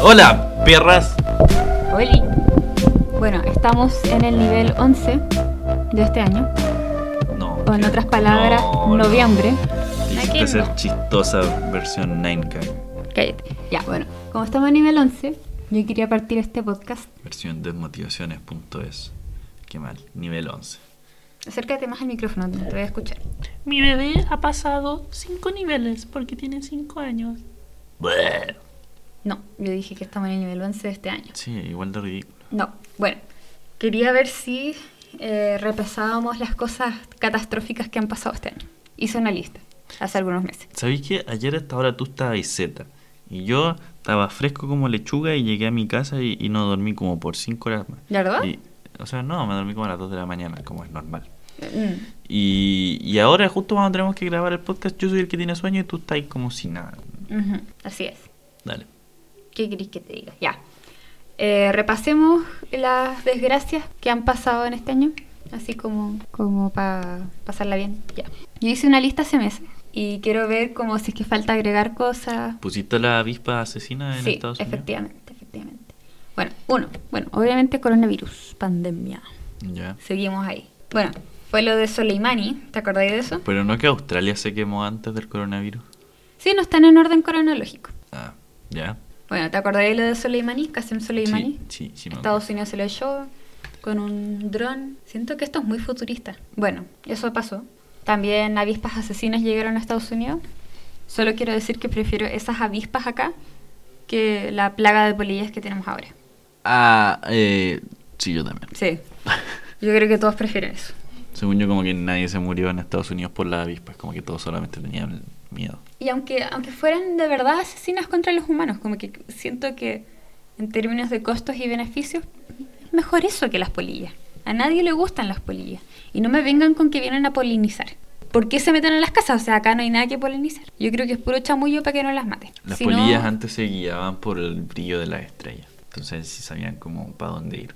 Hola, perras. Oli. Bueno, estamos en el nivel 11 de este año. No. O en qué- otras palabras, no, no. noviembre. Te Aquí Hiciste no. ser chistosa versión 9K. Cállate. Ya, bueno. Como estamos en nivel 11, yo quería partir este podcast. Versión desmotivaciones.es. Qué mal. Nivel 11. Acércate más al micrófono, te voy a escuchar. Mi bebé ha pasado cinco niveles porque tiene cinco años. Bleh. No, yo dije que estamos en el nivel 11 de este año. Sí, igual de ridículo. No, bueno. Quería ver si eh, repasábamos las cosas catastróficas que han pasado este año. Hice una lista hace algunos meses. ¿Sabéis que ayer a esta hora tú estabas zeta? Y yo estaba fresco como lechuga y llegué a mi casa y, y no dormí como por 5 horas más. ¿La verdad? Y- o sea, no, me dormí como a las 2 de la mañana, como es normal. Mm. Y, y ahora, justo cuando tenemos que grabar el podcast, yo soy el que tiene sueño y tú estás ahí como si nada. Ujú, Así es. Dale. ¿Qué querés que te diga? Ya. Eh, repasemos las desgracias que han pasado en este año, así como, como para pasarla bien. Ya. Yo hice una lista hace meses y quiero ver como si es que falta agregar cosas. ¿Pusiste la avispa asesina Ah, en sí, Estados Unidos? efectivamente, efectivamente. Bueno, uno. Bueno, obviamente coronavirus, pandemia. Ya. Seguimos ahí. Bueno, fue lo de Soleimani, ¿te acordáis de eso? Pero no que Australia se quemó antes del coronavirus. Sí, no están en orden cronológico. Ah, ya. Bueno, ¿te acordáis de lo de Soleimani, Qasem Soleimani? Sí, sí, sí. me acuerdo. Estados Unidos se lo echó con un dron. Siento que esto es muy futurista. Bueno, eso pasó. También avispas asesinas llegaron a Estados Unidos. Solo quiero decir que prefiero esas avispas acá que la plaga de polillas que tenemos ahora. Ah, eh, sí, yo también. Sí. Yo creo que todos prefieren eso. Según yo, como que nadie se murió en Estados Unidos por las avispas, como que todos solamente tenían miedo. Y aunque, aunque fueran de verdad asesinas contra los humanos, como que siento que en términos de costos y beneficios, es mejor eso que las polillas. A nadie le gustan las polillas. Y no me vengan con que vienen a polinizar. ¿Por qué se meten en las casas? O sea, acá no hay nada que polinizar. Yo creo que es puro chamullo para que no las maten. Las Si no- polillas antes se guiaban por el brillo de las estrellas. Entonces sí sabían como para dónde ir.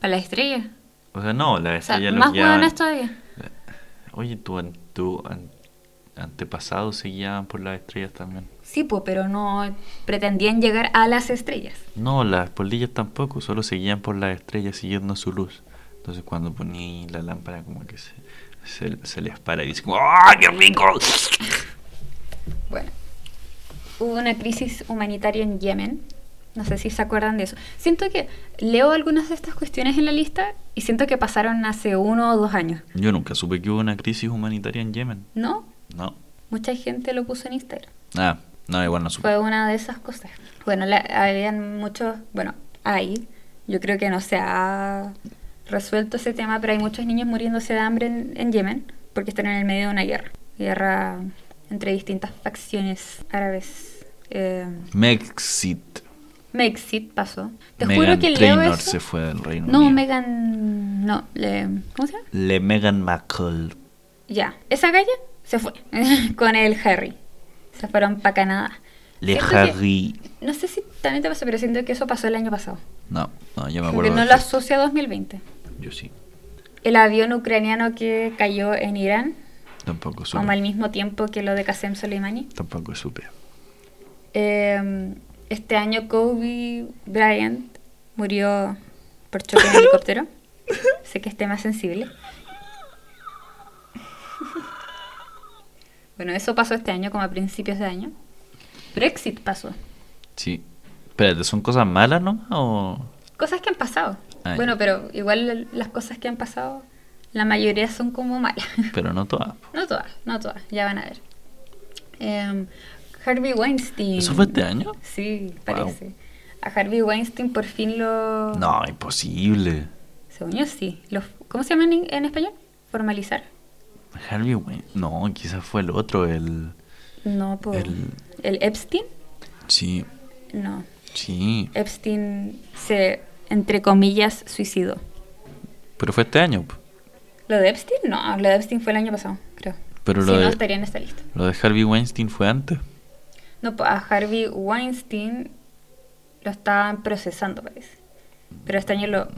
Para las estrellas. O sea, no, las O sea, estrellas los más guiaban. hueonas todavía. Oye, tu, an- tu an- antepasado se guiaban por las estrellas también. Sí, pues, pero no pretendían llegar a las estrellas. No, las polillas tampoco, solo se guían por las estrellas siguiendo su luz. Entonces cuando poní la lámpara como que se, se, se les para y dicen, ¡ah, qué rico! Bueno, hubo una crisis humanitaria en Yemen. No sé si se acuerdan de eso. Siento que leo algunas de estas cuestiones en la lista y siento que pasaron hace uno o dos años, Yo nunca supe que hubo una crisis humanitaria en Yemen. ¿no? No. Mucha gente lo puso en Instagram. Ah, no, igual no supe. Fue una de esas cosas. Bueno, la- habían muchos, bueno, hay, yo creo que no se ha resuelto ese tema, pero hay muchos niños muriéndose de hambre en, en Yemen porque están en el medio de una guerra. Guerra entre distintas facciones árabes. Eh, Mexit. Mexit pasó. Te Megan juro que leo Trainor eso. se fue del Reino no, Unido. Megan. No, le- ¿cómo se llama? Le Megan McCall. Ya. Esa galla se fue con el Harry. Se fueron para Canadá. Le Siento que- Harry. no sé si también te pasó, pero siento que eso pasó el año pasado. No, no, yo me Porque acuerdo. no de lo eso. asocio a 2020. Yo sí, El avión ucraniano que cayó en Irán, tampoco como al supe. mismo tiempo que lo de Qasem Soleimani. Tampoco supe. Eh, este año Kobe Bryant murió por choque en helicóptero. sé que es tema sensible. Bueno, eso pasó este año, como a principios de año. Brexit pasó. Sí. Espérate, ¿son cosas malas nomás o...? Cosas que han pasado. Ah, ya. bueno, pero igual las cosas que han pasado, la mayoría son como malas. Pero no todas. no todas, no todas, ya van a ver. Em, Harvey Weinstein. ¿Eso fue este año? Sí, Wow. parece. A Harvey Weinstein por fin lo... No, imposible. Según yo sí. Lo- ¿Cómo se llama en, en español? Formalizar. Harvey Weinstein. No, quizás fue el otro, el... No, por... El- El... Epstein? Sí, No. sí. Epstein se, entre comillas, suicidó. Pero fue este año. po. ¿Lo de Epstein? No, lo de Epstein fue el año pasado, creo. Pero si lo no, de- estaría en esta lista. Lo de Harvey Weinstein fue antes. No, po, a Harvey Weinstein lo estaban procesando, parece. Pero este año lo...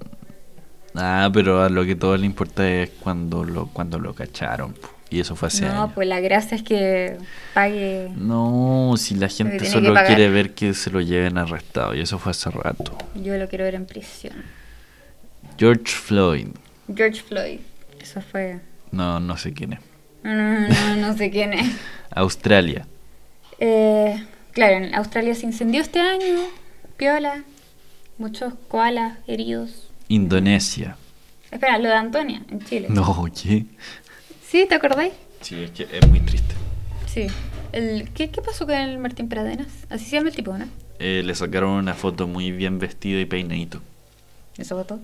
Ah, pero a lo que todo le importa es cuando lo, cuando lo cacharon. po. Y eso fue hace No, años. pues la gracia es que pague. No, si la gente tiene que solo pagar. quiere ver que se lo lleven arrestado. Y eso fue hace rato. Yo lo quiero ver en prisión. George Floyd. George Floyd. Eso fue. No, no sé quién es. No, no, no, no sé quién es. Australia. Eh, claro, en Australia se incendió este año. Piola. Muchos koalas heridos. Indonesia. Espera, lo de Antonia, en Chile. No, oye. ¿Sí? ¿Te acordáis? Sí, es que es muy triste. Sí. El, ¿qué, ¿Qué pasó con el Martín Pradenas? Así se llama el tipo, ¿no? Eh, le sacaron una foto muy bien vestido y peinadito. Eso fue todo.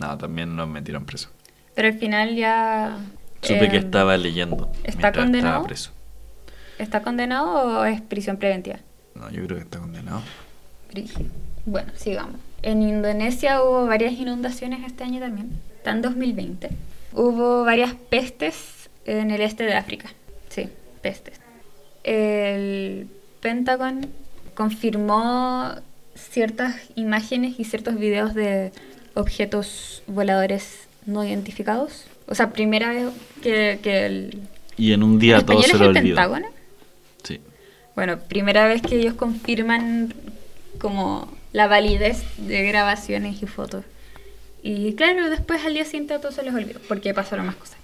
No, también lo metieron preso. Pero al final ya. Supe que em, estaba leyendo. ¿está mientras condenado? Estaba preso. ¿Está condenado o es prisión preventiva? No, yo creo que está condenado. Brígido. Bueno, sigamos. En Indonesia hubo varias inundaciones este año también. Está en 2020. Hubo varias pestes en el este de África. Sí, pestes. El Pentágono confirmó ciertas imágenes y ciertos videos de objetos voladores no identificados. O sea, primera vez que, que el... Y en un ¿En día todo español se es lo el olvidó. Pentágono? Sí. Bueno, primera vez que ellos confirman como la validez de grabaciones y fotos. Y claro, después al día siguiente a todos se les olvidó, porque pasaron más cosas.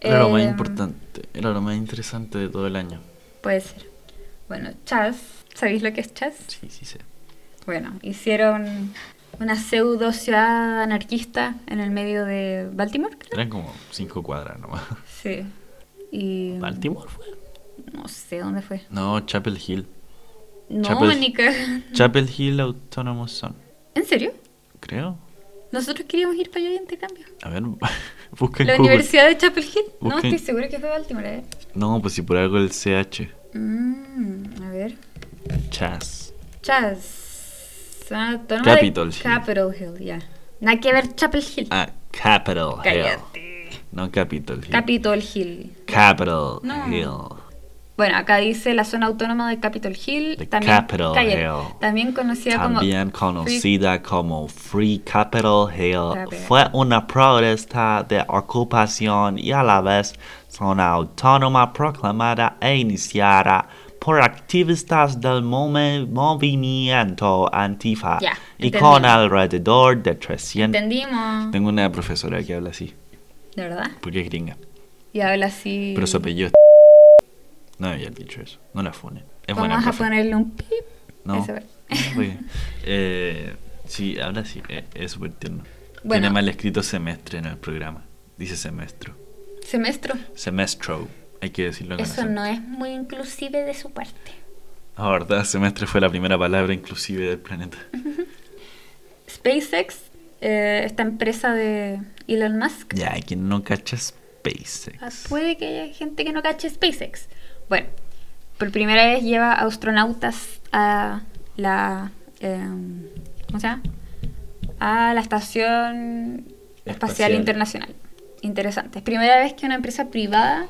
Era lo más Em, importante. Era lo más interesante de todo el año. Puede ser. Bueno, Chas, ¿sabéis lo que es Chas? Sí, sí, sé. Bueno, hicieron una pseudo ciudad anarquista en el medio de Baltimore, creo. Eran como cinco cuadras nomás. Sí. Y ¿Baltimore fue? no sé dónde fue. No, Chapel Hill. No, Chapel- ni cagando. Chapel Hill Autonomous Zone, ¿En serio? creo. Nosotros queríamos ir para allá de intercambio. A ver, busca en La Google. Universidad de Chapel Hill. No, Busquen- estoy segura que fue Baltimore. ¿eh? No, pues si por algo el CH. Mm, a ver. Chas. Chas. ah, autónoma de Capitol Hill. Capitol Hill, ya. Nada que ver Chapel Hill. Ah, Capitol Hill. Cállate. No Capitol Hill. Capitol Hill. Capitol No. Hill. Bueno, acá dice la zona autónoma de Capitol Hill. The también, Capitol cállate, Hill. También conocida También como. Free- conocida como Free Capitol Hill, Capitol. fue una protesta de ocupación y a la vez zona autónoma proclamada e iniciada por activistas del mome- movimiento Antifa Ya, y entendí. con alrededor de 300. Entendimos. Tengo una profesora que habla así, ¿De verdad? porque es gringa, Y habla así. pero su apellido es. No había dicho eso, no la fune. Es ¿Cómo buena vas a profe. ponerle un pip? No. Eso, a ver. Oye, eh, sí, ahora sí, eh, es súper tierno. Bueno. Tiene mal escrito semestre en el programa. Dice semestro. Semestro. Semestro. Hay que decirlo con Eso acento. no es muy inclusive de su parte. La verdad, semestre fue la primera palabra inclusive del planeta. SpaceX, eh, esta empresa de Elon Musk. ya, hay quien no cacha SpaceX. Ah, Puede que haya gente que no cache SpaceX. Bueno, por primera vez lleva astronautas a la. em, ¿Cómo se llama? A la Estación Espacial Espacial. Internacional. Interesante. Es primera vez que una empresa privada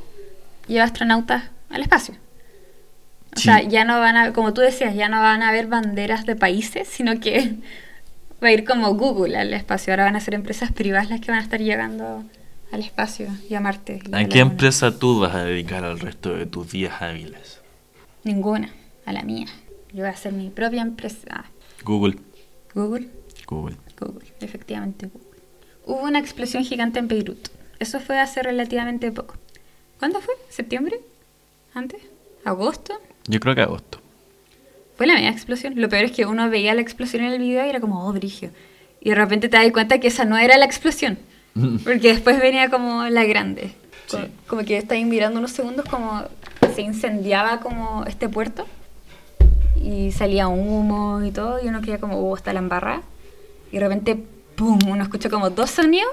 lleva astronautas al espacio. O Sí. sea, ya no van a, como tú decías, ya no van a haber banderas de países, sino que va a ir como Google al espacio. Ahora van a ser empresas privadas las que van a estar llegando al espacio y a Marte. y ¿A la qué Luna. empresa tú vas a dedicar al resto de tus días hábiles? Ninguna, a la mía. Yo voy a hacer mi propia empresa. Ah, Google. Google, Google. Google, efectivamente Google. Hubo una explosión gigante en Beirut. Eso fue hace relativamente poco. ¿Cuándo fue? ¿Septiembre? ¿Antes? ¿Agosto? Yo creo que agosto. Fue la media explosión. Lo peor es que uno veía la explosión en el video y era como, oh, brigio. Y de repente te das cuenta que esa no era la explosión. Porque después venía como la grande. Co- Como, Sí. que estáis mirando unos segundos como se incendiaba como este puerto. Y salía humo y todo. Y uno quería como, oh, está la embarrada. Y de repente, ¡pum! Uno escucha como dos sonidos.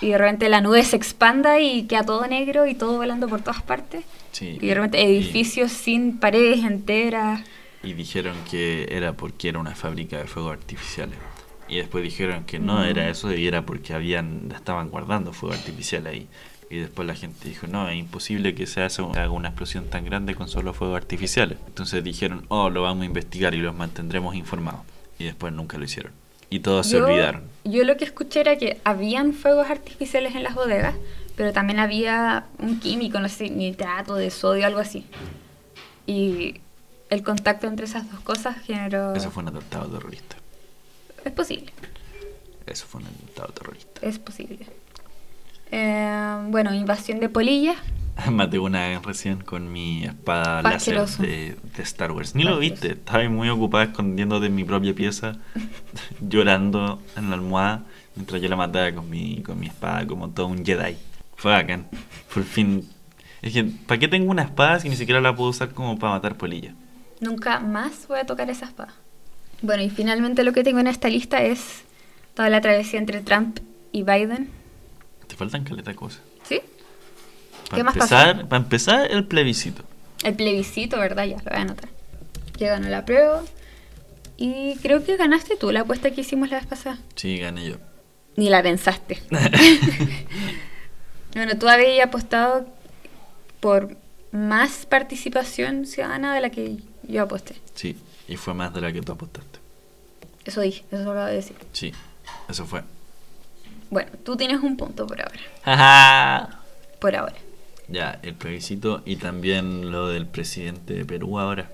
Y de repente la nube se expanda y queda todo negro y todo volando por todas partes. Sí. Y de repente Y- edificios sin paredes enteras. Y dijeron que era porque era una fábrica de fuegos artificiales. Y después dijeron que no era eso y era porque habían estaban guardando fuego artificial ahí. Y después la gente dijo, no, es imposible que se hace- haga una explosión tan grande con solo fuegos artificiales. Entonces dijeron, oh, lo vamos a investigar y los mantendremos informados. Y después nunca lo hicieron. Y todos se olvidaron. Yo lo que escuché era que habían fuegos artificiales en las bodegas, pero también había un químico, no sé, nitrato de sodio, algo así. Y el contacto entre esas dos cosas generó... Eso fue un atentado terrorista. Es posible, Eso fue un atentado terrorista. es posible. Eh, bueno, invasión de polillas. Maté una vez recién con mi espada Asqueroso. láser de, de Star Wars. Ni lo Asqueroso. viste, estaba ahí muy ocupada escondiéndote en mi propia pieza, llorando en la almohada, mientras yo la mataba con mi, con mi espada como todo un Jedi. Fue bacán. Por fin. Es que, ¿para qué tengo una espada si ni siquiera la puedo usar como para matar polilla? Nunca más voy a tocar esa espada. Bueno, y finalmente lo que tengo en esta lista es toda la travesía entre Trump y Biden. Te faltan caleta de cosas. ¿Sí? Para ¿Qué más empezar, para empezar, el plebiscito. El plebiscito, ¿verdad? Ya, lo voy a anotar. Ya ganó la prueba. Y creo que ganaste tú la apuesta que hicimos la vez pasada. Sí, gané yo. Ni la pensaste. bueno, tú habías apostado por más participación ciudadana de la que yo aposté. sí, y fue más de la que tú apostaste. Eso dije, eso lo acabo de decir. Sí, eso fue. Bueno, tú tienes un punto por ahora. ¡Jaja! Por ahora. Ya, el plebiscito y también lo del presidente de Perú ahora.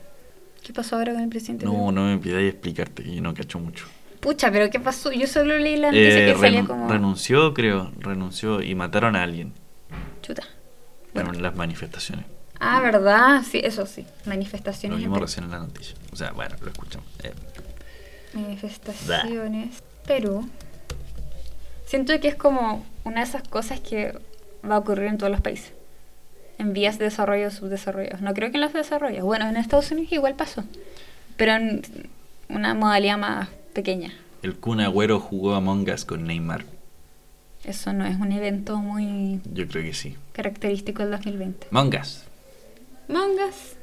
¿Qué pasó ahora con el presidente? No, no me pidáis explicarte, que yo no cacho mucho. Pucha, pero ¿qué pasó? Yo solo leí la noticia Eh, que salía renun- como... Renunció, creo, renunció y mataron a alguien Chuta. en las manifestaciones. Ah, ¿verdad? Sí, eso sí. Lo Manifestaciones. en vimos Perú. recién en la noticia. O sea, bueno, lo escuchamos. Eh, Manifestaciones. Perú. Siento que es como una de esas cosas que va a ocurrir en todos los países. En vías de desarrollo, subdesarrollos. No creo que en los desarrollos. Bueno, en Estados Unidos igual pasó. Pero en una modalidad más pequeña. el Kun Agüero jugó Among Us con Neymar. Eso no es un evento muy Yo creo que sí. característico del 2020. Among Us. Mongas.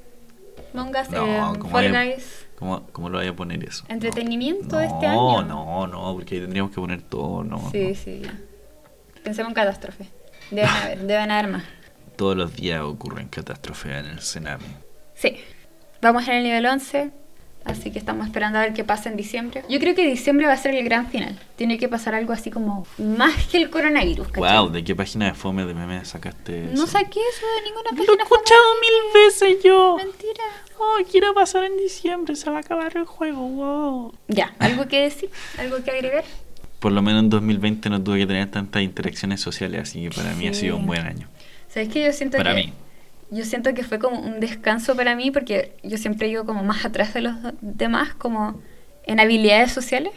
Mongas, No, eh, como Fall hay- Guys. ¿Cómo, cómo lo voy a poner eso? No. Entretenimiento no, este año. No, no, porque ahí tendríamos que poner todo, no. Sí, no. sí. Pensemos en catástrofe. Deben haber, deben haber más. Todos los días ocurren catástrofes en el Sename. Sí. Vamos en el nivel 11, así que estamos esperando a ver qué pasa en diciembre. Yo creo que diciembre va a ser el gran final. Tiene que pasar algo así como más que el coronavirus. ¿cachai? Wow, ¿de qué página de fome de memes sacaste No eso? saqué eso de ninguna Lo he página. escuchado mil veces yo. Mentira. Oh, quiero pasar en diciembre, se va a acabar el juego, wow. Ya, ¿algo que decir? ¿Algo que agregar? Por lo menos en 2020 no tuve que tener tantas interacciones sociales, así que para mí ha Sí. sido un buen año. ¿Sabes que yo siento Para que... mí. Yo siento que fue como un descanso para mí porque yo siempre llego como más atrás de los demás, como en habilidades sociales.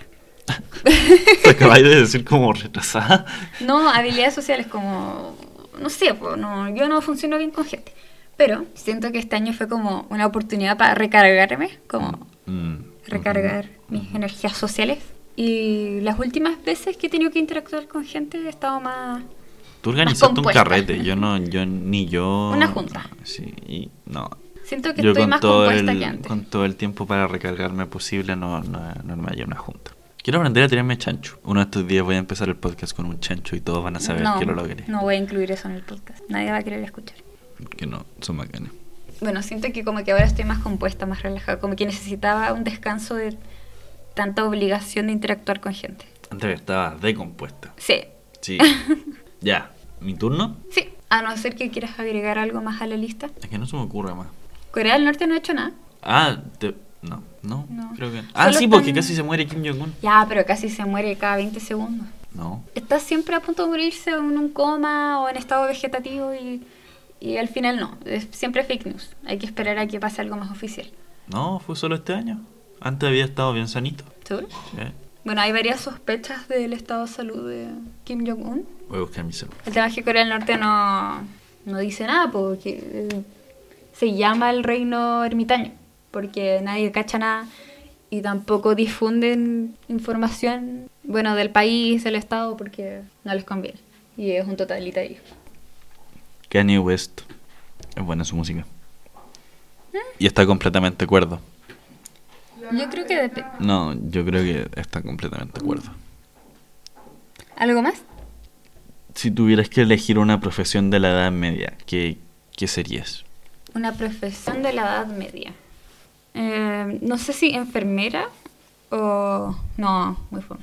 Te acabáis de decir como retrasada. No, habilidades sociales como, no sé, po, no, yo no funciono bien con gente. Pero siento que este año fue como una oportunidad para recargarme, como Mm, recargar mis energías sociales. Y las últimas veces que he tenido que interactuar con gente he estado más... Tú organizaste un compuesta. carrete, yo no, yo ni yo. Una junta. Sí, y no. Siento que Yo estoy con más todo, compuesta que el, antes. con todo el tiempo para recargarme posible no, no, no me haya una junta. Quiero aprender a tirarme chancho. Uno de estos días voy a empezar el podcast con un chancho y todos van a saber no, que lo logré. no voy a incluir eso en el podcast. Nadie va a querer escuchar. Que no, son bacanes. Bueno, siento que como que ahora estoy más compuesta, más relajada, como que necesitaba un descanso de tanta obligación de interactuar con gente. Antes estaba decompuesta. Sí, Sí. ya, ¿mi turno? sí, a no ser que quieras agregar algo más a la lista. Es que no se me ocurre más. Corea del Norte no ha hecho nada. Ah, te- no, no, No. creo que... Ah, Solo sí, porque están- casi se muere Kim Jong-un. Ya, pero casi se muere cada 20 segundos. No. Está siempre a punto de morirse o en un coma o en estado vegetativo y, y al final no. Es siempre fake news. Hay que esperar a que pase algo más oficial. No, fue solo este año. Antes había estado bien sanito. ¿Seguro? Sí. Bueno, hay varias sospechas del estado de salud de Kim Jong-un. Voy a buscar mi celular. El tema es que Corea del Norte no, no dice nada porque eh, se llama el reino ermitaño, porque nadie cacha nada y tampoco difunden información, bueno, del país, del Estado, porque no les conviene. Y es un totalitarismo. Kanye West. Es buena su música. Y está completamente de acuerdo. Yo creo que dep- No, yo creo que está completamente de acuerdo. ¿Algo más? Si tuvieras que elegir una profesión de la Edad Media, ¿qué, qué serías? Una profesión de la Edad Media. Eh, no sé si enfermera o... No, muy fome.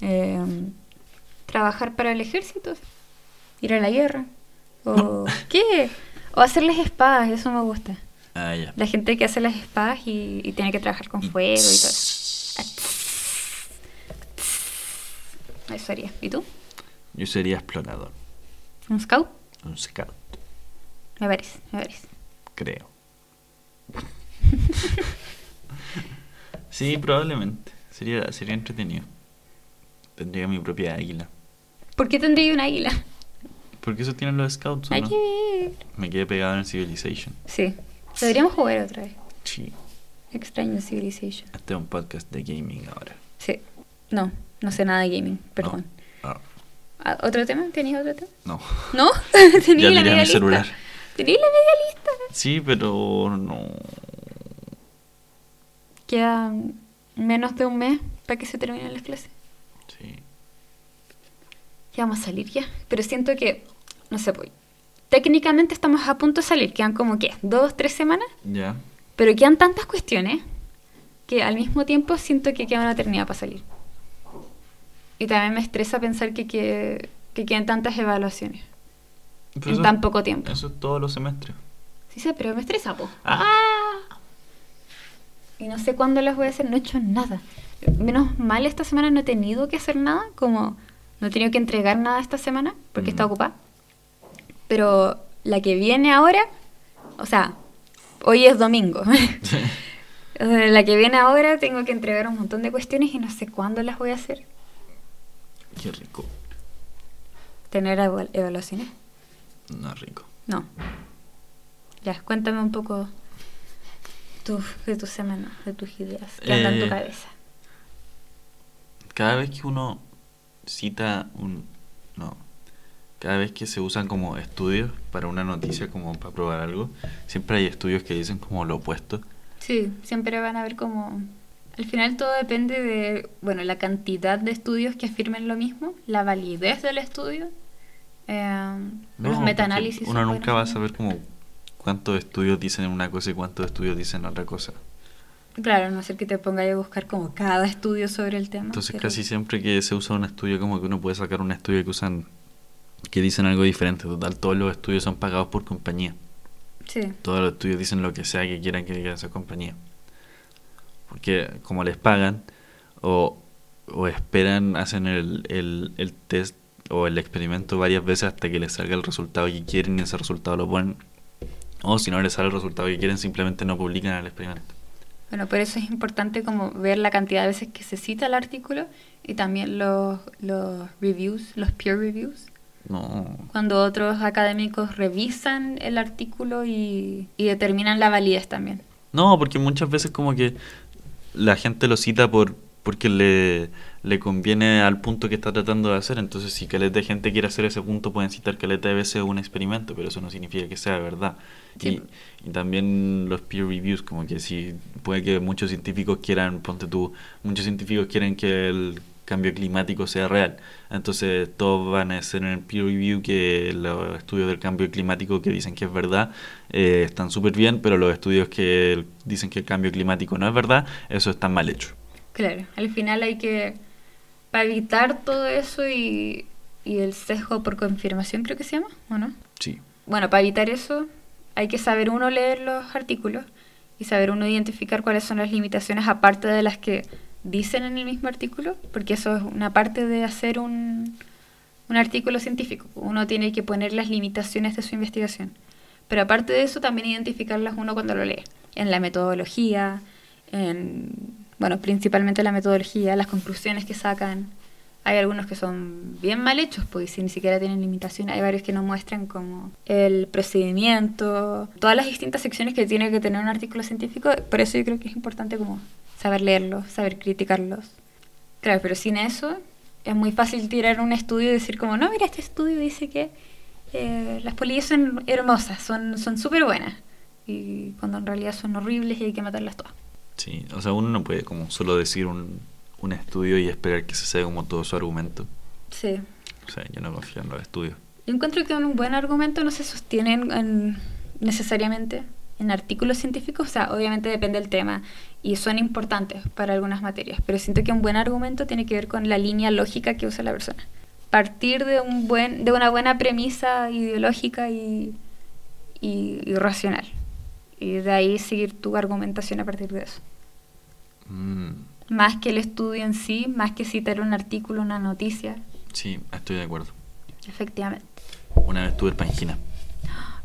Eh, trabajar para el ejército. Ir a la guerra. O, ¿Qué? O hacerles espadas, eso me gusta. Ah, ya. La gente que hace las espadas y, y tiene que trabajar con fuego y todo. eso. Eso haría. ¿Y tú? Yo sería explorador, ¿Un scout? un scout, Me parece, me parece. creo. sí, probablemente. Sería, sería entretenido. Tendría mi propia águila. ¿Por qué tendría un águila? Porque eso tienen los scouts, ¿o Hay no? que ver. Me quedé pegado en el Civilization. Sí. Deberíamos jugar otra vez. Sí. Extraño Civilization. Este es un podcast de gaming ahora. Sí. No, no sé nada de gaming, perdón. No. Ah, Ah, ¿Otro tema? ¿Tenías otro tema? no. ¿No? Ya Tenía miré la mi media lista. celular. Tenía la media lista. Sí, pero no. Queda menos de un mes para que se terminen las clases. Sí. Ya vamos a salir ya. Pero siento que, no sé, pues, técnicamente estamos a punto de salir. Quedan como, ¿qué? ¿Dos, tres semanas? Ya. Pero quedan tantas cuestiones que al mismo tiempo siento que queda una eternidad para salir. Y también me estresa pensar que, que, que quedan tantas evaluaciones. Pero En tan poco tiempo. Eso es todos los semestres. Sí sé, pero me estresa, po. Ah. Y no sé cuándo las voy a hacer, no he hecho nada. Menos mal esta semana no he tenido que hacer nada, como no he tenido que entregar nada esta semana porque Mm. está ocupada. Pero la que viene ahora, o sea, hoy es domingo. O sea, la que viene ahora tengo que entregar un montón de cuestiones y no sé cuándo las voy a hacer. Qué rico. ¿Tener evalu- evaluaciones? No rico. No. Ya, cuéntame un poco tu- de tu semana, de tus ideas que andan en Eh, tu cabeza. Cada vez que uno cita un. No. Cada vez que se usan como estudios para una noticia, como para probar algo, siempre hay estudios que dicen como lo opuesto. Sí, siempre van a ver como... Al final todo depende de, bueno, la cantidad de estudios que afirmen lo mismo, la validez del estudio, eh, No, los porque metaanálisis. Uno son nunca va a buenos saber como cuántos estudios dicen una cosa y cuántos estudios dicen otra cosa. también. Claro, a no ser que te ponga ahí a buscar como cada estudio sobre el tema. Entonces Ah, pero- casi siempre que se usa un estudio como que uno puede sacar un estudio que usan que dicen algo diferente. Total, todos los estudios son pagados por compañía. Sí, Todos los estudios dicen lo que sea que quieran que diga esa compañía. Porque como les pagan o, o esperan, hacen el, el, el test o el experimento varias veces hasta que les salga el resultado que quieren y ese resultado lo ponen. O si no les sale el resultado que quieren, simplemente no publican el experimento. bueno, por eso es importante como ver la cantidad de veces que se cita el artículo y también los, los reviews, los peer reviews. No, cuando otros académicos revisan el artículo y, y determinan la validez también. No, porque muchas veces como que la gente lo cita por porque le, le conviene al punto que está tratando de hacer. Entonces, si caleta de gente quiere hacer ese punto, pueden citar caleta de veces un experimento, pero eso no significa que sea verdad. Sí. Y, y también los peer reviews, como que si puede que muchos científicos quieran, ponte tú, muchos científicos quieren que el cambio climático sea real. Entonces, todos van a hacer en el peer review que los estudios del cambio climático que dicen que es verdad eh, están súper bien, pero los estudios que el- dicen que el cambio climático no es verdad, eso está mal hecho. Claro, al final hay que, para evitar todo eso y, y el sesgo por confirmación creo que se llama, ¿o no? Sí. Bueno, para evitar eso hay que saber uno leer los artículos y saber uno identificar cuáles son las limitaciones aparte de las que dicen en el mismo artículo, porque eso es una parte de hacer un, un artículo científico. Uno tiene que poner las limitaciones de su investigación. Pero aparte de eso, también identificarlas uno cuando lo lee, en la metodología, en, bueno, principalmente la metodología, las conclusiones que sacan. Hay algunos que son bien mal hechos, pues y si ni siquiera tienen limitación. Hay varios que no muestran como el procedimiento, todas las distintas secciones que tiene que tener un artículo científico. Por eso yo creo que es importante como saber leerlos, saber criticarlos. Claro, pero sin eso es muy fácil tirar un estudio y decir como, no, mira, este estudio dice que eh, las polillas son hermosas, son son súper buenas. Y cuando en realidad son horribles y hay que matarlas todas. Sí, o sea, uno no puede como solo decir un, un estudio y esperar que se sea como todo su argumento. Sí. O sea, yo no confío en los estudios. Yo encuentro que un buen argumento no se sostiene en- en- necesariamente en artículos científicos, o sea, obviamente depende del tema y son importantes para algunas materias, pero siento que un buen argumento tiene que ver con la línea lógica que usa la persona. partir de, un buen, de una buena premisa ideológica y, y, y racional. Y de ahí seguir tu argumentación a partir de eso. Mm, Más que el estudio en sí, más que citar un artículo, una noticia, sí, estoy de acuerdo. efectivamente. Una vez estuve en Pangina.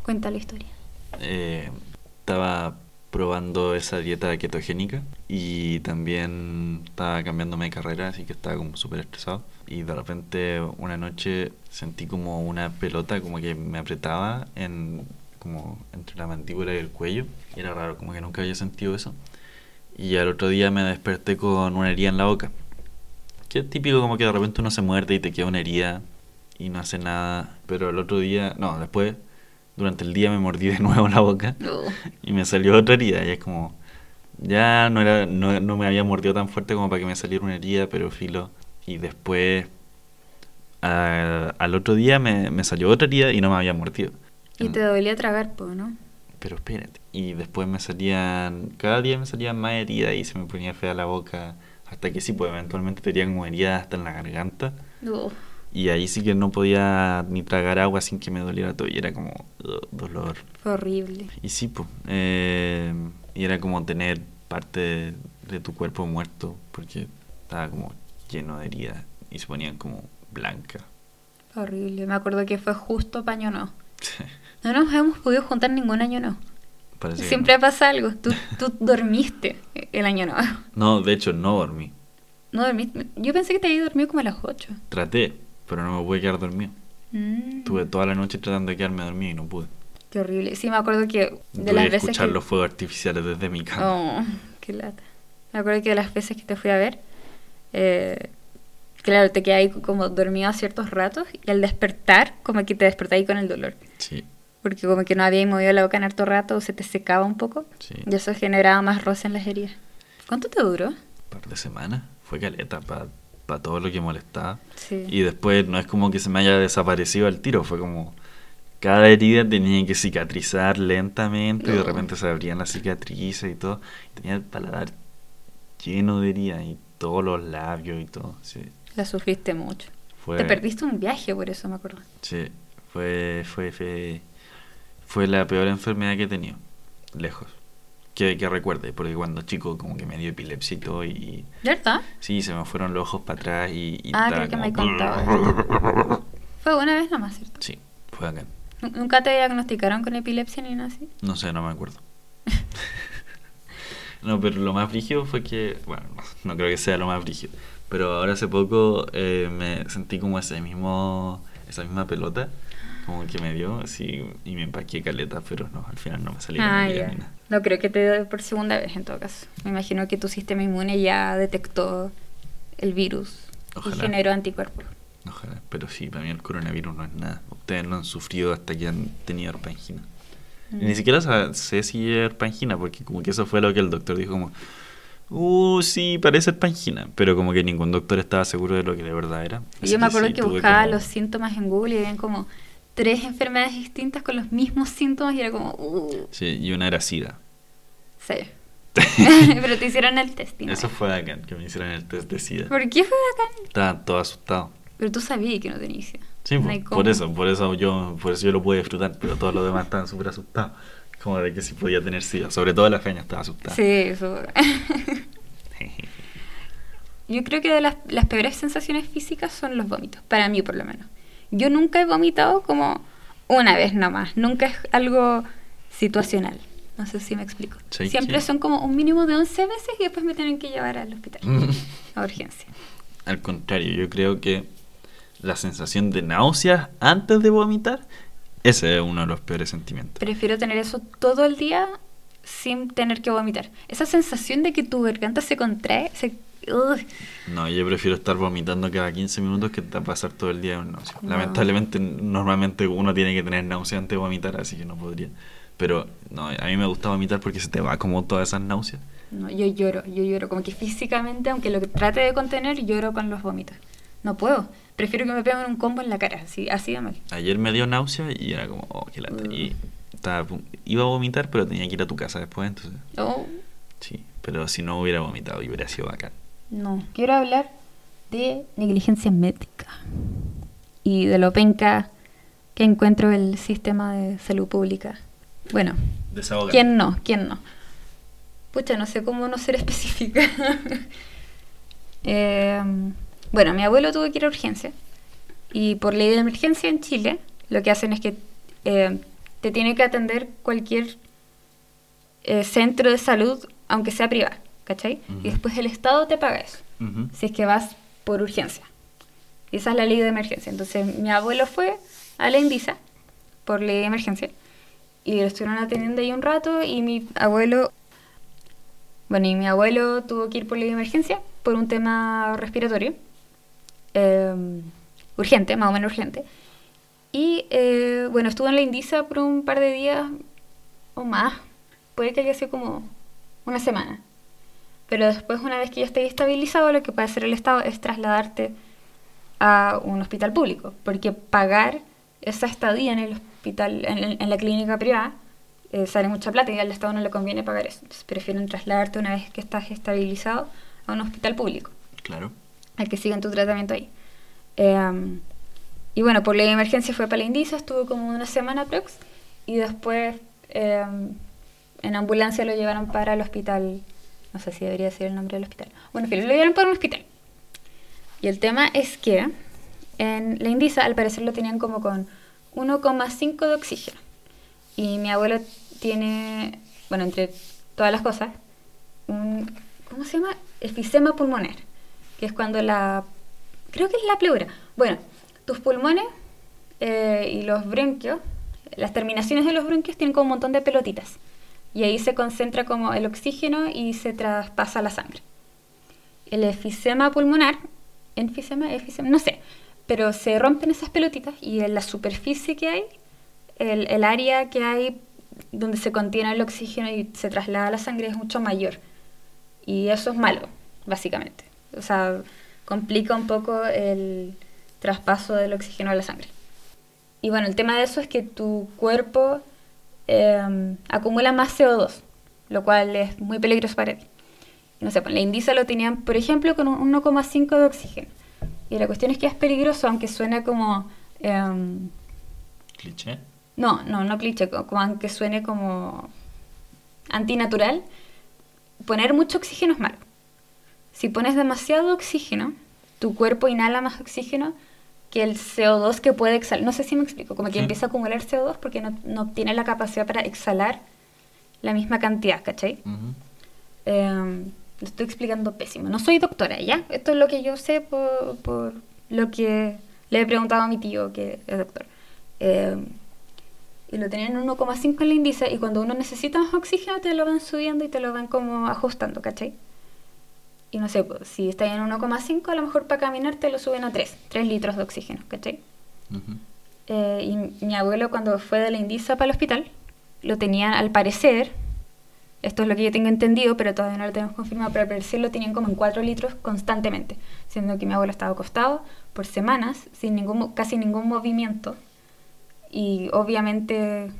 Cuenta la historia. Eh, estaba probando esa dieta ketogénica y también estaba cambiándome de carrera, así que estaba como súper estresado. Y de repente una noche sentí como una pelota como que me apretaba en como entre la mandíbula y el cuello. Y era raro, como que nunca había sentido eso. Y al otro día me desperté con una herida en la boca. Que es típico como que de repente uno se muerde y te queda una herida y no hace nada. Pero el otro día, no, después, durante el día me mordí de nuevo la boca y me salió otra herida. Y es como, ya no, era, no, no me había mordido tan fuerte como para que me saliera una herida, pero filo. Y después, a- al otro día me, me salió otra herida y no me había mordido. Y te dolía tragar, po, ¿no? Pero espérate. Y después me salían, cada día me salían más heridas y se me ponía fea la boca. Hasta que sí, pues eventualmente tenía como heridas hasta en la garganta. Y ahí sí que no podía ni tragar agua sin que me doliera todo. Y era como "Ugh, dolor. Fue horrible. Y sí, pues. eh, y era como tener parte de, de tu cuerpo muerto. Porque estaba como lleno de heridas. Y se ponían como blanca. Fue horrible. Me acuerdo que fue justo para año no. No nos hemos podido juntar ningún año no. Parece que Siempre no. pasa algo. Tú, tú dormiste el año no. No, de hecho no dormí. No dormiste. Yo pensé que te había dormido como a las 8. Traté, pero no me pude quedar dormido. Tuve toda la noche tratando de quedarme dormido y no pude. Qué horrible. Sí, me acuerdo que de Tuve las que veces escuchar que... los fuegos artificiales desde mi cama. Oh, qué lata. Me acuerdo que de las veces que te fui a ver, eh, claro, te quedas ahí como dormido a ciertos ratos y al despertar, como que te despertáis con el dolor. Sí, Porque como que no habíais movido la boca en harto rato o se te secaba un poco. sí. Y eso generaba más roce en las heridas. ¿Cuánto te duró? Un par de semanas. Fue caleta para todo lo que molestaba. Sí. Y después no es como que se me haya desaparecido el tiro, fue como cada herida tenía que cicatrizar lentamente y de No. repente se abrían las cicatrices y todo. Tenía el paladar lleno de heridas y todos los labios y todo. Sí, La sufriste mucho. fue, Te perdiste un viaje por eso, me acuerdo. Sí, fue, fue, fue, fue la peor enfermedad que he tenido, lejos. Que, que recuerde, porque cuando chico como que me dio epilepsia y todo y ¿Verdad? sí, se me fueron los ojos para atrás y... y Ah, estaba creo que me como- contabas. Fue una vez nomás, ¿cierto? Sí, fue acá. Nu- ¿Nunca te diagnosticaron con epilepsia ni nada así? No sé, no me acuerdo. no, pero lo más brígido fue que. Bueno, no, no creo que sea lo más brígido. Pero ahora hace poco eh, me sentí como ese mismo. Esa misma pelota. Como que me dio así. Y me empaqué caleta, pero no, al final no me salieron Ah, heridas ya. ni nada. No creo que te dé por segunda vez en todo caso. Me imagino que tu sistema inmune ya detectó el virus y Ojalá. generó anticuerpos. Ojalá. Pero sí, para mí el coronavirus no es nada. Ustedes no han sufrido hasta que han tenido herpangina. Ni Mm. siquiera sa- sé si es herpangina, porque como que eso fue lo que el doctor dijo como, uh, sí, parece herpangina, pero como que ningún doctor estaba seguro de lo que de verdad era. Y Así yo me acuerdo sí, que tuve buscaba como- los síntomas en Google y habían como tres enfermedades distintas con los mismos síntomas y era como, uh, Sí, y una era sida. sí. Pero te hicieron el test. ¿no? Eso fue acá, que me hicieron el test de sida. ¿Por qué fue bacán? Estaba todo asustado. Pero tú sabías que no tenías SIDA. Sí, No po, hay por, cómo. eso, por eso yo, por eso yo lo pude disfrutar, pero todos los demás estaban súper asustados. Como de que si podía tener sida. Sobre todo la feña estaba asustada. Sí, eso. Yo creo que de las, las peores sensaciones físicas son los vómitos, para mí por lo menos. Yo nunca he vomitado como una vez nomás, nunca es algo situacional. No sé si me explico. Sí, Siempre sí. son como un mínimo de 11 veces y después me tienen que llevar al hospital, Mm. a urgencia. Al contrario, yo creo que la sensación de náuseas antes de vomitar, ese es uno de los peores sentimientos. Prefiero tener eso todo el día sin tener que vomitar. Esa sensación de que tu garganta se contrae, se... Ugh. No, yo prefiero estar vomitando cada 15 minutos que ta- pasar todo el día con náuseas. No. Lamentablemente, normalmente uno tiene que tener náuseas antes de vomitar, así que no podría. Pero no, a mí me gusta vomitar porque se te va como todas esas náuseas. No, yo lloro, yo lloro. Como que físicamente, aunque lo que trate de contener, lloro con los vómitos. No puedo. Prefiero que me peguen un combo en la cara, así, así de mal. Ayer me dio náuseas y era como, oh, qué lata. Mm. Y estaba a pun- iba a vomitar, pero tenía que ir a tu casa después, entonces. Oh, Sí, pero si no hubiera vomitado, hubiera sido bacán. no. Quiero hablar de negligencia médica. y de lo penca que encuentro el sistema de salud pública. Bueno, Desahoga. ¿quién no? ¿Quién no? Pucha, no sé cómo no ser específica. Eh, bueno, mi abuelo tuvo que ir a urgencia y por ley de emergencia en Chile lo que hacen es que eh, te tiene que atender cualquier eh, centro de salud, aunque sea privado, ¿cachai? Ujú. Y después el Estado te paga eso Ujú. si es que vas por urgencia. Y esa es la ley de emergencia. Entonces mi abuelo fue a la Invisa por ley de emergencia y lo estuvieron atendiendo ahí un rato y mi abuelo, bueno, y mi abuelo tuvo que ir por ley de emergencia por un tema respiratorio, eh, urgente, más o menos urgente. Y eh, bueno, estuvo en la Indisa por un par de días o más, puede que haya sido como una semana. Pero después, una vez que ya esté estabilizado, lo que puede hacer el Estado es trasladarte a un hospital público, porque pagar esa estadía en el hospital, en, en- en la clínica privada, eh, sale mucha plata y al Estado no le conviene pagar eso. Entonces prefieren trasladarte una vez que estás estabilizado a un hospital público Claro. al que sigan tu tratamiento ahí. Eh, y bueno, por ley de emergencia fue para la Indisa, estuvo como una semana aprox, y después eh, en ambulancia lo llevaron para el hospital, no sé si debería decir el nombre del hospital. Bueno, en fin, lo llevaron para un hospital. Y el tema es que en la Indisa al parecer lo tenían como con 1,5 de oxígeno. Y mi abuelo tiene, bueno, entre todas las cosas, un, ¿cómo se llama? Efisema pulmonar, que es cuando la, creo que es la pleura. Bueno, tus pulmones eh, y los bronquios, las terminaciones de los bronquios tienen como un montón de pelotitas. Y ahí se concentra como el oxígeno y se traspasa a la sangre. El efisema pulmonar, enfisema, efisema, no sé, pero se rompen esas pelotitas y en la superficie que hay, el, el área que hay donde se contiene el oxígeno y se traslada a la sangre es mucho mayor. Y eso es malo, básicamente. O sea, complica un poco el traspaso del oxígeno a la sangre. Y bueno, el tema de eso es que tu cuerpo eh, acumula más CO2, lo cual es muy peligroso para ti. Y No sé, pues, la Indisa lo tenían, por ejemplo, con un 1,5 de oxígeno. Y la cuestión es que es peligroso, aunque suene como... em, Cliché. no, no, no cliché, co- como aunque suene como antinatural, poner mucho oxígeno es malo. Si pones demasiado oxígeno, tu cuerpo inhala más oxígeno que el CO2 que puede exhalar. No sé si me explico, como que Sí. empieza a acumular CO2 porque no, no tiene la capacidad para exhalar la misma cantidad, ¿cachai? Ujú. Eh, lo estoy explicando pésimo. No soy doctora, ¿ya? Esto es lo que yo sé por, por lo que le he preguntado a mi tío, que es doctor. Eh, y lo tenían en 1,5 en la indiza y cuando uno necesita más oxígeno te lo van subiendo y te lo van como ajustando, ¿cachai? Y no sé, pues, si está en 1,5, a lo mejor para caminar te lo suben a 3, 3 litros de oxígeno, ¿cachai? Ujú. Eh, y mi abuelo cuando fue de la Indisa para el hospital, lo tenían al parecer, esto es lo que yo tengo entendido, pero todavía no lo tenemos confirmado, pero al parecer lo tenían como en 4 litros constantemente, siendo que mi abuelo estaba acostado por semanas, sin ningún, mo- casi ningún movimiento, y obviamente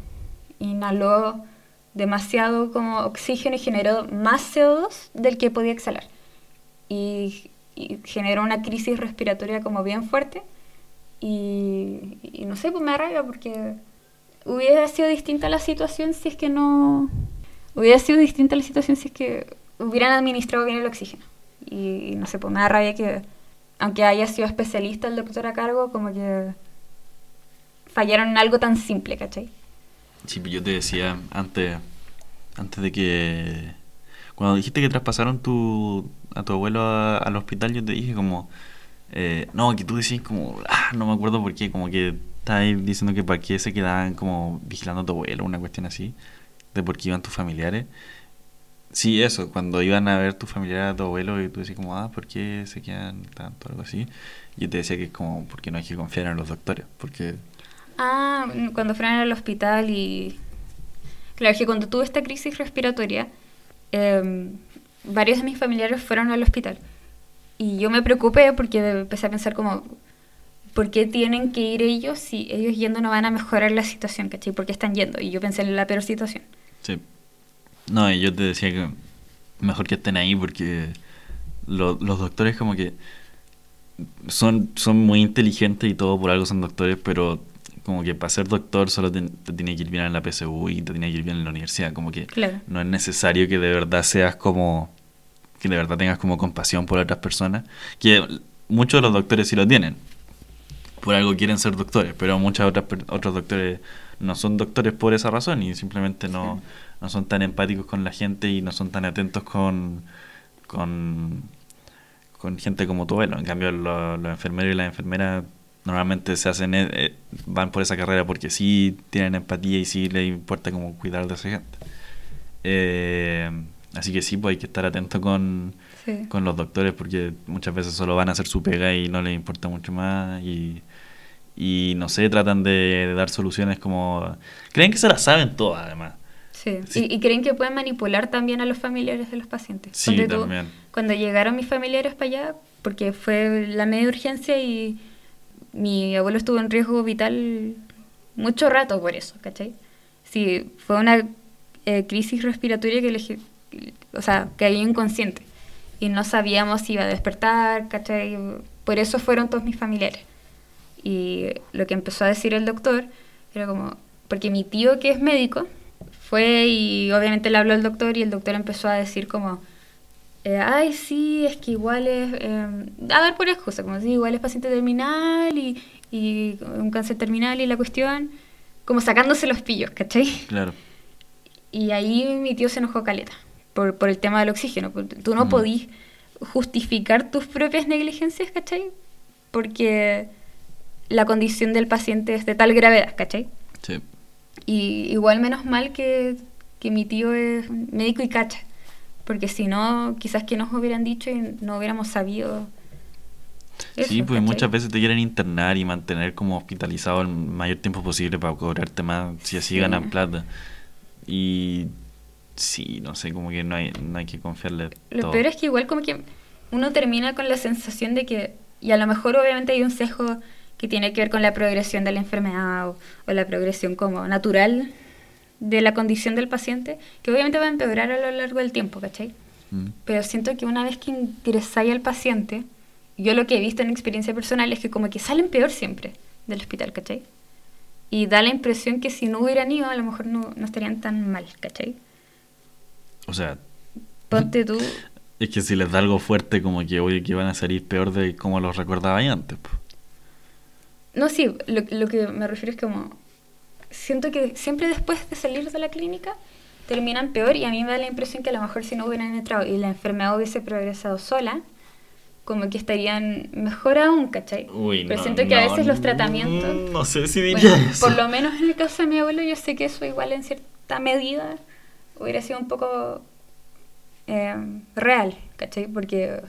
inhaló demasiado como oxígeno y generó más CO2 del que podía exhalar. Y, y generó una crisis respiratoria como bien fuerte. Y, y no sé, pues me da rabia porque hubiera sido distinta la situación si es que no... Hubiera sido distinta la situación si es que hubieran administrado bien el oxígeno. Y, y no sé, pues me da rabia que, aunque haya sido especialista el doctor a cargo, como que fallaron en algo tan simple, ¿cachai? Sí, pues yo te decía antes, antes de que... Cuando dijiste que traspasaron tu, a tu abuelo a- al hospital, yo te dije como... eh, no, que tú decís como... Ah, no me acuerdo por qué, como que estabas ahí diciendo que para qué se quedaban como vigilando a tu abuelo, una cuestión así, de por qué iban tus familiares. Sí, eso, cuando iban a ver tus familiares a tu abuelo y tú decís como, ah, ¿por qué se quedan tanto? Algo así. Yo te decía que es como porque no hay que confiar en los doctores, porque... Ah, mm, cuando fueron al hospital y... Claro, es que cuando tuve esta crisis respiratoria, eh, varios de mis familiares fueron al hospital. Y yo me preocupé porque empecé a pensar como, ¿por qué tienen que ir ellos si ellos yendo no van a mejorar la situación, ¿cachai? ¿Por qué están yendo? Y yo pensé en la peor situación. Sí. No, y yo te decía que mejor que estén ahí porque lo- los doctores como que son, son muy inteligentes y todo, por algo son doctores, pero como que para ser doctor solo te, te tiene que ir bien en la PSU y te tiene que ir bien en la universidad. Como que Claro. no es necesario que de verdad seas como. que de verdad tengas como compasión por otras personas. Que muchos de los doctores sí lo tienen. Por algo quieren ser doctores, pero muchas otras per- otros doctores no son doctores por esa razón y simplemente no, no son tan empáticos con la gente y no son tan atentos con. con con gente como tu abuelo. En cambio, lo- los enfermeros y las enfermeras normalmente se hacen eh, eh, van por esa carrera porque sí tienen empatía y sí les importa como cuidar de esa gente. Eh, así que sí, pues hay que estar atento con, Sí. con los doctores porque muchas veces solo van a hacer su pega y no les importa mucho más y, y no sé, tratan de, de dar soluciones como... Creen que se las saben todas además. Sí. Sí. Y, y creen que pueden manipular también a los familiares de los pacientes. Sí, Ponte tú, también. cuando llegaron mis familiares para allá, porque fue la media urgencia y mi abuelo estuvo en riesgo vital mucho rato por eso, ¿cachai? Sí, fue una eh, crisis respiratoria que, le ge- o sea, que había inconsciente y no sabíamos si iba a despertar, ¿cachai? Por eso fueron todos mis familiares. Y lo que empezó a decir el doctor era como, porque mi tío que es médico fue y obviamente le habló al doctor y el doctor empezó a decir como, eh, ay, sí, es que igual es, eh, a dar por excusa, como si igual es paciente terminal y, y un cáncer terminal y la cuestión, como sacándose los pillos, ¿cachai? Claro. Y ahí mi tío se enojó caleta por, por el tema del oxígeno. por- Tú no Mm. podís justificar tus propias negligencias, ¿cachai? Porque la condición del paciente es de tal gravedad, ¿cachai? Sí. Y igual menos mal que, que mi tío es médico y cacha, porque si no, quizás que nos hubieran dicho y no hubiéramos sabido. sí, eso, pues ¿cachai? muchas veces te quieren internar y mantener como hospitalizado el mayor tiempo posible para cobrarte más, si así Sí. ganan plata. Y sí, no sé, como que no hay, no hay que confiarle Lo todo. peor es que igual como que uno termina con la sensación de que, y a lo mejor obviamente hay un sesgo que tiene que ver con la progresión de la enfermedad o, o la progresión como natural de la condición del paciente, que obviamente va a empeorar a lo largo del tiempo, ¿cachai? Mm. Pero siento que una vez que ingresáis al paciente, yo lo que he visto en experiencia personal es que como que salen peor siempre del hospital, ¿cachai? Y da la impresión que si no hubieran ido, a lo mejor no, no estarían tan mal, ¿cachai? O sea, Ponte tú, es que si les da algo fuerte, como que oye, que van a salir peor de como los recordaba ahí antes. po. No, sí, lo, lo que me refiero es como. Siento que siempre después de salir de la clínica terminan peor y a mí me da la impresión que a lo mejor si no hubieran entrado y la enfermedad hubiese progresado sola, como que estarían mejor aún, ¿cachai? Pero siento que a veces los tratamientos. mm, No sé si bueno, diría eso. por lo menos en el caso de mi abuelo, yo sé que eso igual en cierta medida hubiera sido un poco eh, real, ¿cachai? Porque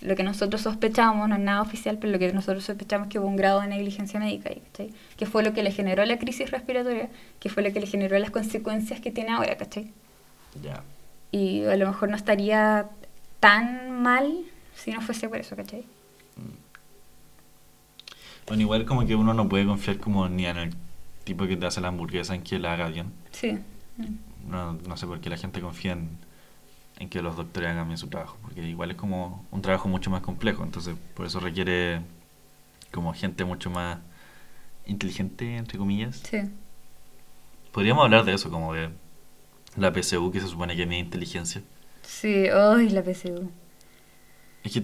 lo que nosotros sospechamos, no es nada oficial, pero lo que nosotros sospechamos es que hubo un grado de negligencia médica, ahí, ¿cachai? Que fue lo que le generó la crisis respiratoria, que fue lo que le generó las consecuencias que tiene ahora, ¿cachai? Ya. Y a lo mejor no estaría tan mal si no fuese por eso, ¿cachai? Bueno, igual como que uno no puede confiar como ni en el tipo que te hace la hamburguesa en que la haga bien. Sí. No, no sé por qué la gente confía en, en que los doctores hagan bien su trabajo, porque igual es como un trabajo mucho más complejo, entonces por eso requiere como gente mucho más inteligente, entre comillas. Sí. Podríamos hablar de eso, como de la PSU, que se supone que mide inteligencia. Sí, ay, la PCU. Es que,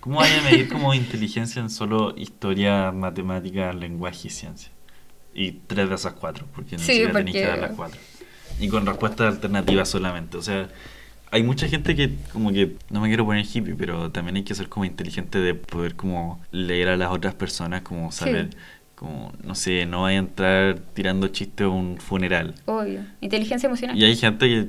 ¿cómo van a medir como inteligencia en solo historia, matemática, lenguaje y ciencia? Y tres de esas cuatro, porque ni Sí, siquiera tenéis que porque- dar las cuatro. Y con respuestas alternativas solamente. O sea, hay mucha gente que como que, no me quiero poner hippie, pero también hay que ser como inteligente de poder como leer a las otras personas, como Sí. saber, como, no sé, no vaya a entrar tirando chistes a un funeral. Obvio. Inteligencia emocional. Y hay gente que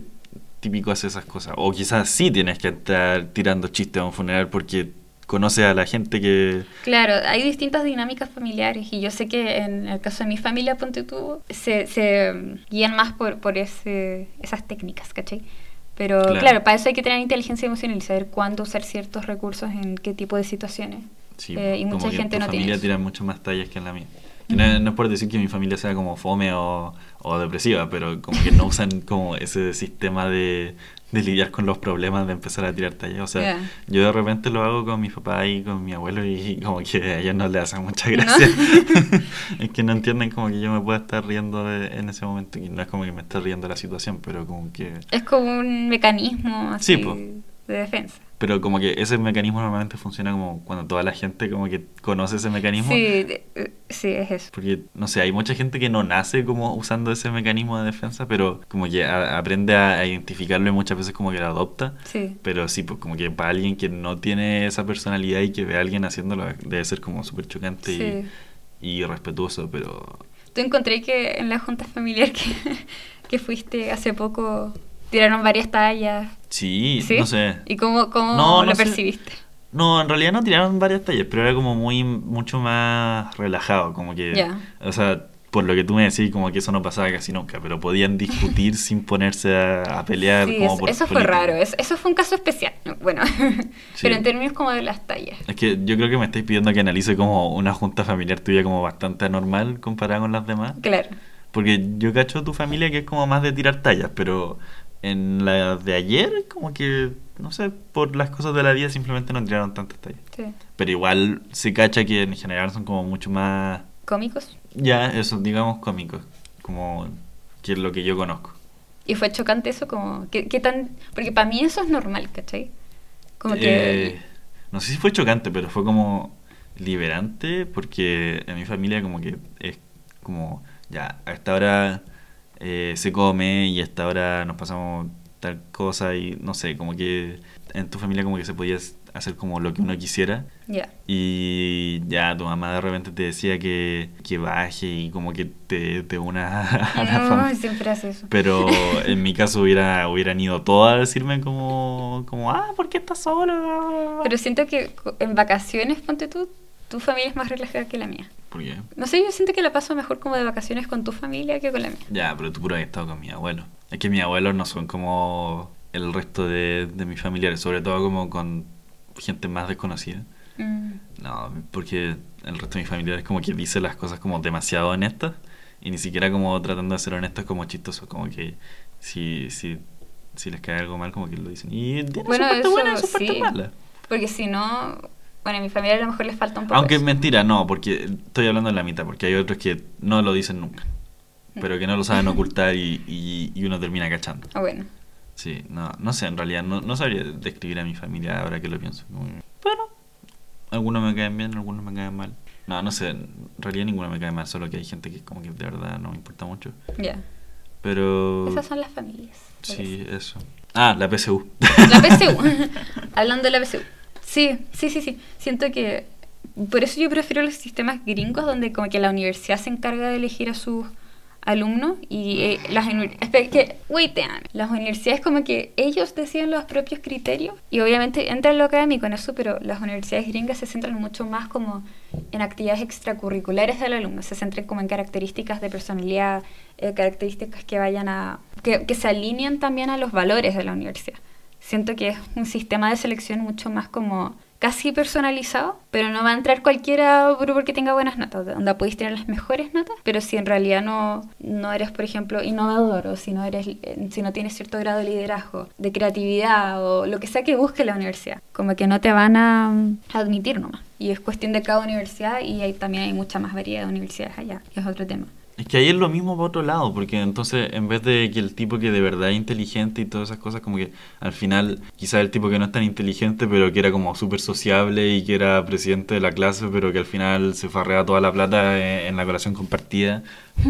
típico hace esas cosas. O quizás sí tienes que estar tirando chistes a un funeral porque conoces a la gente que... Claro, hay distintas dinámicas familiares y yo sé que en el caso de mi familia, ponte tú, se, se mm, guían más por, por ese, esas técnicas, ¿cachai? Pero Claro. claro. para eso hay que tener inteligencia emocional y saber cuándo usar ciertos recursos en qué tipo de situaciones. Sí, Eh, y como mucha que en gente tu no tiene familia eso. tira mucho más tallas que en la mía. Que no, no es por decir que mi familia sea como fome o, o depresiva, pero como que no usan como ese sistema de, de lidiar con los problemas, de empezar a tirar tallas. O sea, Ya. yo de repente lo hago con mi papá y con mi abuelo y como que a ellos no les hacen mucha gracia. es que no entienden como que yo me pueda estar riendo de- en ese momento. Y no es como que me esté riendo de la situación, pero como que... Es como un mecanismo así Sí, po. de defensa. Pero como que ese mecanismo normalmente funciona como cuando toda la gente como que conoce ese mecanismo. Sí, de- eh, sí, es eso. Porque, no sé, hay mucha gente que no nace como usando ese mecanismo de defensa, pero como que a- aprende a, a identificarlo y muchas veces como que lo adopta. Sí. Pero sí, pues como que para alguien que no tiene esa personalidad y que ve a alguien haciéndolo, debe ser como súper chocante y- sí. y respetuoso, pero Tú encontré que en la junta familiar que, que fuiste hace poco tiraron varias tallas. sí, ¿sí? no sé. ¿Y cómo, cómo No, lo no sé. percibiste? No, en realidad no tiraron varias tallas, pero era como muy mucho más relajado, como que, Ya. o sea, por lo que tú me decís, como que eso no pasaba casi nunca, pero podían discutir sin ponerse a, a pelear. Sí, como eso, por eso fue política. raro. es- Eso fue un caso especial. No, Bueno, pero en términos como de las tallas. Es que yo creo que me estáis pidiendo que analice como una junta familiar tuya como bastante anormal comparada con las demás. Claro. Porque yo cacho tu familia que es como más de tirar tallas, pero en la de ayer, como que, no sé, por las cosas de la vida simplemente no tiraron tantas tallas. sí. Pero igual se cacha que en general son como mucho más, Cómicos. ya, eso, digamos, cómicos. Como que es lo que yo conozco. Y fue chocante eso, como. ¿Qué, qué tan.? Porque para mí eso es normal, ¿cachai? Como Eh, no sé si fue chocante, pero fue como liberante porque en mi familia como que es como, ya, a esta hora eh, se come y a esta hora nos pasamos tal cosa y no sé, como que en tu familia como que se podía hacer como lo que uno quisiera. que. Ya. Y ya tu mamá de repente te decía que, que baje y como que te, te unas a la No, familia. siempre hace eso. Pero en mi caso hubiera, hubieran ido todas a decirme como, como ah, ¿por qué estás solo? Bla, bla, bla. Pero siento que co- en vacaciones, ponte tú, tu familia es más relajada que la mía. ¿Por qué? No sé, yo siento que la paso mejor como de vacaciones con tu familia que con la mía. Ya, pero tú puro has estado con mi abuelo. Es que mis abuelos no son como el resto de, de mis familiares, sobre todo como con gente más desconocida. Mm, No, porque el resto de mis familiares como que dice las cosas como demasiado honestas y ni siquiera como tratando de ser honestos como chistosos, como que si, si, si les cae algo mal como que lo dicen. Y tiene Bueno, su parte eso buena y su parte sí. mala. Porque si no, bueno, a mi familia a lo mejor les falta un poco. Aunque es eso. mentira, no, porque estoy hablando de la mitad, porque hay otros que no lo dicen nunca, Mm. pero que no lo saben ocultar y, y, y uno termina cachando. Ah, bueno. Sí, no, no sé, en realidad no, no sabría describir a mi familia ahora que lo pienso. Como que, Bueno, algunos me caen bien, algunos me caen mal. No, no sé, en realidad ninguno me cae mal, solo que hay gente que como que de verdad no me importa mucho. Ya. Pero... Esas son las familias. Sí, eso. Ah, la PSU. La PSU. Hablando de la PSU. Sí, sí, sí, sí. Siento que por eso yo prefiero los sistemas gringos donde como que la universidad se encarga de elegir a sus alumnos y eh, las uni- espe- que waitean. Las universidades como que ellos deciden los propios criterios y obviamente entra lo académico en eso, pero las universidades gringas se centran mucho más como en actividades extracurriculares del alumno, se centran como en características de personalidad, eh, características que vayan a que, que se alinean también a los valores de la universidad. Siento que es un sistema de selección mucho más como casi personalizado, pero no va a entrar cualquiera puro porque tenga buenas notas, donde podéis tener las mejores notas, pero si en realidad no, no eres, por ejemplo, innovador o si no, eres, eh, si no tienes cierto grado de liderazgo, de creatividad o lo que sea que busque la universidad, como que no te van a mm, admitir nomás. Y es cuestión de cada universidad y hay, también hay mucha más variedad de universidades allá, que es otro tema. Es que ahí es lo mismo para otro lado, porque entonces en vez de que el tipo que de verdad es inteligente y todas esas cosas, como que al final quizás el tipo que no es tan inteligente, pero que era como súper sociable y que era presidente de la clase, pero que al final se farrea toda la plata eh, en la colación compartida,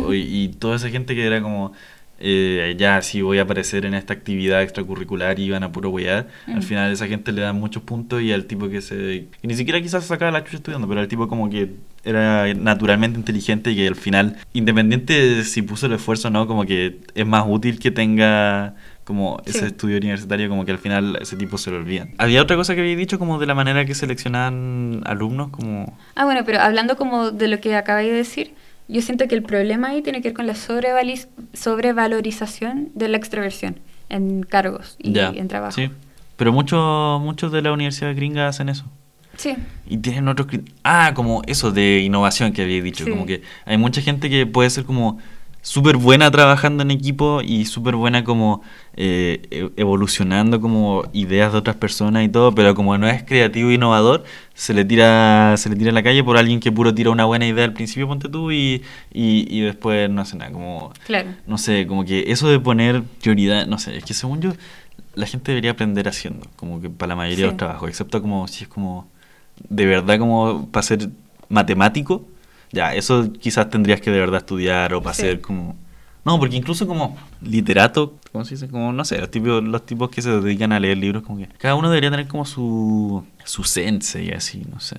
o- y, y toda esa gente que era como, eh, ya, sí voy a aparecer en esta actividad extracurricular y van a puro wear, al final esa gente le da muchos puntos y al tipo que se... que ni siquiera quizás se sacaba la chucha estudiando, pero al tipo como que era naturalmente inteligente y que al final, independiente de si puso el esfuerzo o no, como que es más útil que tenga como Sí. ese estudio universitario, como que al final ese tipo se lo olvidan. Había otra cosa que había dicho como de la manera que seleccionan alumnos, como... Ah, bueno, pero hablando como de lo que acabáis de decir, yo siento que el problema ahí tiene que ver con la sobrevalis- sobrevalorización de la extroversión en cargos y en trabajo. Sí, pero muchos muchos de las universidades gringas hacen eso. Sí. Y tienen otros... cri- Ah, como eso de innovación que había dicho. Sí. Como que hay mucha gente que puede ser como súper buena trabajando en equipo y súper buena como eh, e- evolucionando como ideas de otras personas y todo, pero como no es creativo e innovador, se le tira se le tira a la calle por alguien que puro tira una buena idea al principio, ponte tú, y, y, y después no hace nada. Como Claro. no sé, como que eso de poner prioridad, no sé, es que según yo, la gente debería aprender haciendo, como que para la mayoría de Sí. los trabajos, excepto como si es como, de verdad, como para ser matemático, ya, eso quizás tendrías que de verdad estudiar o para Sí. ser como... No, porque incluso como literato, ¿cómo se dice? Como, no sé, los tipos, los tipos que se dedican a leer libros, como que cada uno debería tener como su, su sensei, así, no sé,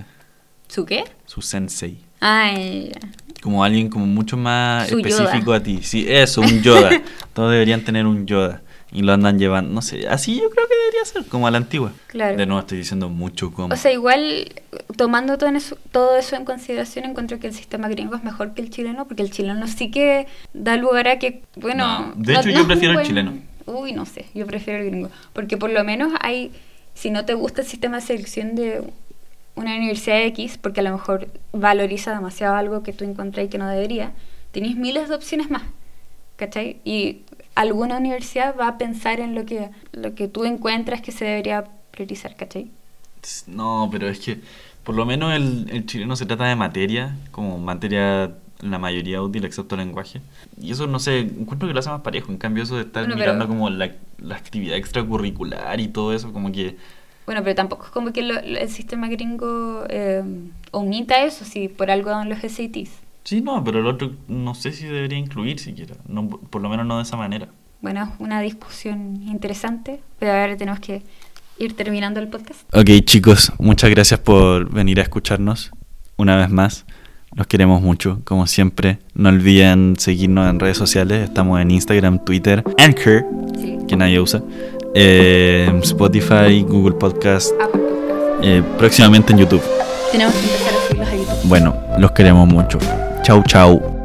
¿Su qué? su sensei. Ay, ya. Como alguien como mucho más Su específico Yoda. a ti. Sí, eso, un Yoda. Todos deberían tener un Yoda. Y lo andan llevando, no sé, así yo creo que debería ser, como a la antigua. Claro. De nuevo estoy diciendo mucho como. O sea, igual, tomando todo, en eso, todo eso en consideración, encuentro que el sistema gringo es mejor que el chileno, porque el chileno sí que da lugar a que, bueno... No, de hecho, yo es un prefiero el chileno. Uy, no sé, yo prefiero el gringo. Porque por lo menos hay, si no te gusta el sistema de selección de una universidad X, porque a lo mejor valoriza demasiado algo que tú encontrás y que no debería, tenés miles de opciones más. ¿cachai? Y alguna universidad va a pensar en lo que, lo que tú encuentras que se debería priorizar, ¿cachai? No, pero es que por lo menos el, el chileno se trata de materia, como materia la mayoría útil, excepto lenguaje. Y eso, no sé, encuentro que lo hace más parejo. En cambio, eso de estar Bueno, pero- mirando como la, la actividad extracurricular y todo eso, como que. Bueno, pero tampoco es como que lo- lo- el sistema gringo eh, omita eso, si por algo dan los SATs. Sí, no, pero el otro no sé si debería incluir siquiera. No, por lo menos no de esa manera. Bueno, es una discusión interesante, pero ahora tenemos que ir terminando el podcast. Ok, chicos, muchas gracias por venir a escucharnos una vez más. Los queremos mucho, como siempre. No olviden seguirnos en redes sociales. Estamos en Instagram, Twitter, Anchor, Sí. que nadie usa, eh, Spotify, Google Podcast, Apple Podcast. eh, próximamente en YouTube. Tenemos que empezar a subirlos a YouTube. Bueno, los queremos mucho. Chau, chau.